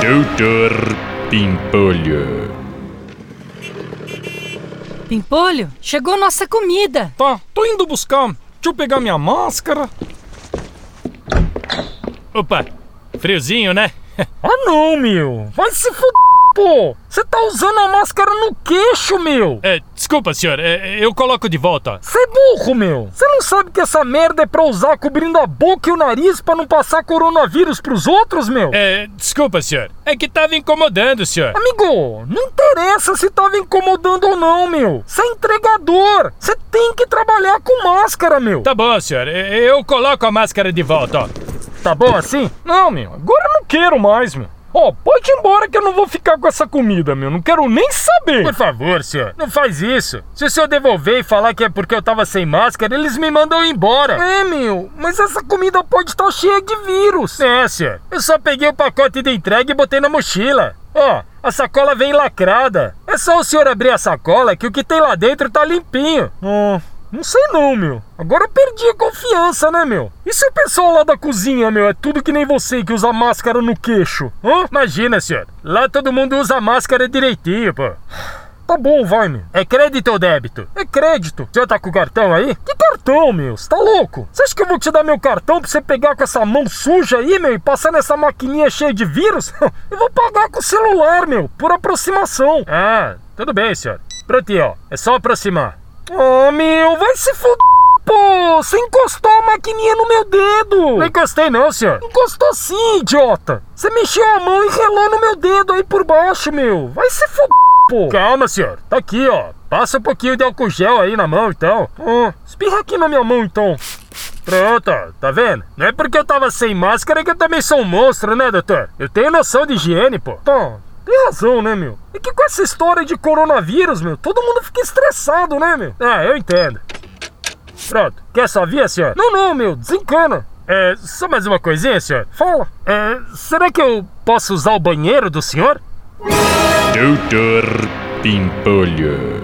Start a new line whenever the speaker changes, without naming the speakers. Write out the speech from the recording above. Doutor Pimpolho.
Pimpolho, chegou nossa comida.
Tá, tô indo buscar. Deixa eu pegar minha máscara.
Opa, friozinho, né?
Ah não, meu. Vai se fuder, pô. Você tá usando a máscara no queixo, meu.
É, desculpa, senhor, é, eu coloco de volta.
Você é burro, meu. Você não sabe que essa merda é pra usar cobrindo a boca e o nariz pra não passar coronavírus pros outros, meu?
É, desculpa, senhor, é que tava incomodando, senhor.
Amigo, não interessa se tava incomodando ou não, meu. Você é entregador. Você tem que trabalhar com máscara, meu.
Tá bom, senhor, é, eu coloco a máscara de volta, ó.
Tá bom assim? Não, meu. Agora eu não quero mais, meu. Ó, pode ir embora que eu não vou ficar com essa comida, meu. Não quero nem saber.
Por favor, senhor,
Não faz isso. Se o senhor devolver e falar que é porque eu tava sem máscara, eles me mandam embora. É, meu, mas essa comida pode estar cheia de vírus. É, senhor. Eu só peguei o pacote de entrega e botei na mochila. Ó, a sacola vem lacrada. É só o senhor abrir a sacola que o que tem lá dentro tá limpinho. Hum. Não sei não, meu. Agora eu perdi a confiança, né, meu? E se o pessoal lá da cozinha, meu, é tudo que nem você que usa máscara no queixo? Hã? Imagina, senhor. Lá todo mundo usa máscara direitinho, pô. Tá bom, vai, meu. É crédito ou débito? É crédito. Você tá com o cartão aí? Que cartão, meu? Você tá louco? Você acha que eu vou te dar meu cartão pra você pegar com essa mão suja aí, meu, e passar nessa maquininha cheia de vírus? eu vou pagar com o celular, meu, por aproximação. Ah, tudo bem, senhor. Pronto, ó. É só aproximar. Oh, meu, vai se fuder, pô! Você encostou a maquininha no meu dedo! Não encostei não, senhor. Encostou sim, idiota! Você mexeu a mão e relou no meu dedo aí por baixo, meu! Vai se fuder, pô! Calma, senhor. Tá aqui, ó. Passa um pouquinho de álcool gel aí na mão, então. Ah, espirra aqui na minha mão, então. Pronto, ó, tá vendo? Não é porque eu tava sem máscara que eu também sou um monstro, né, doutor? Eu tenho noção de higiene, pô. Tom, tem razão, né, meu? É que com essa história de coronavírus, meu, todo mundo fica estressado, né, meu? Ah, eu entendo. Pronto, quer só via, senhor? Não, não, meu, desencana. É, só mais uma coisinha, senhor? Fala. É, será que eu posso usar o banheiro do senhor?
Doutor Pimpolho.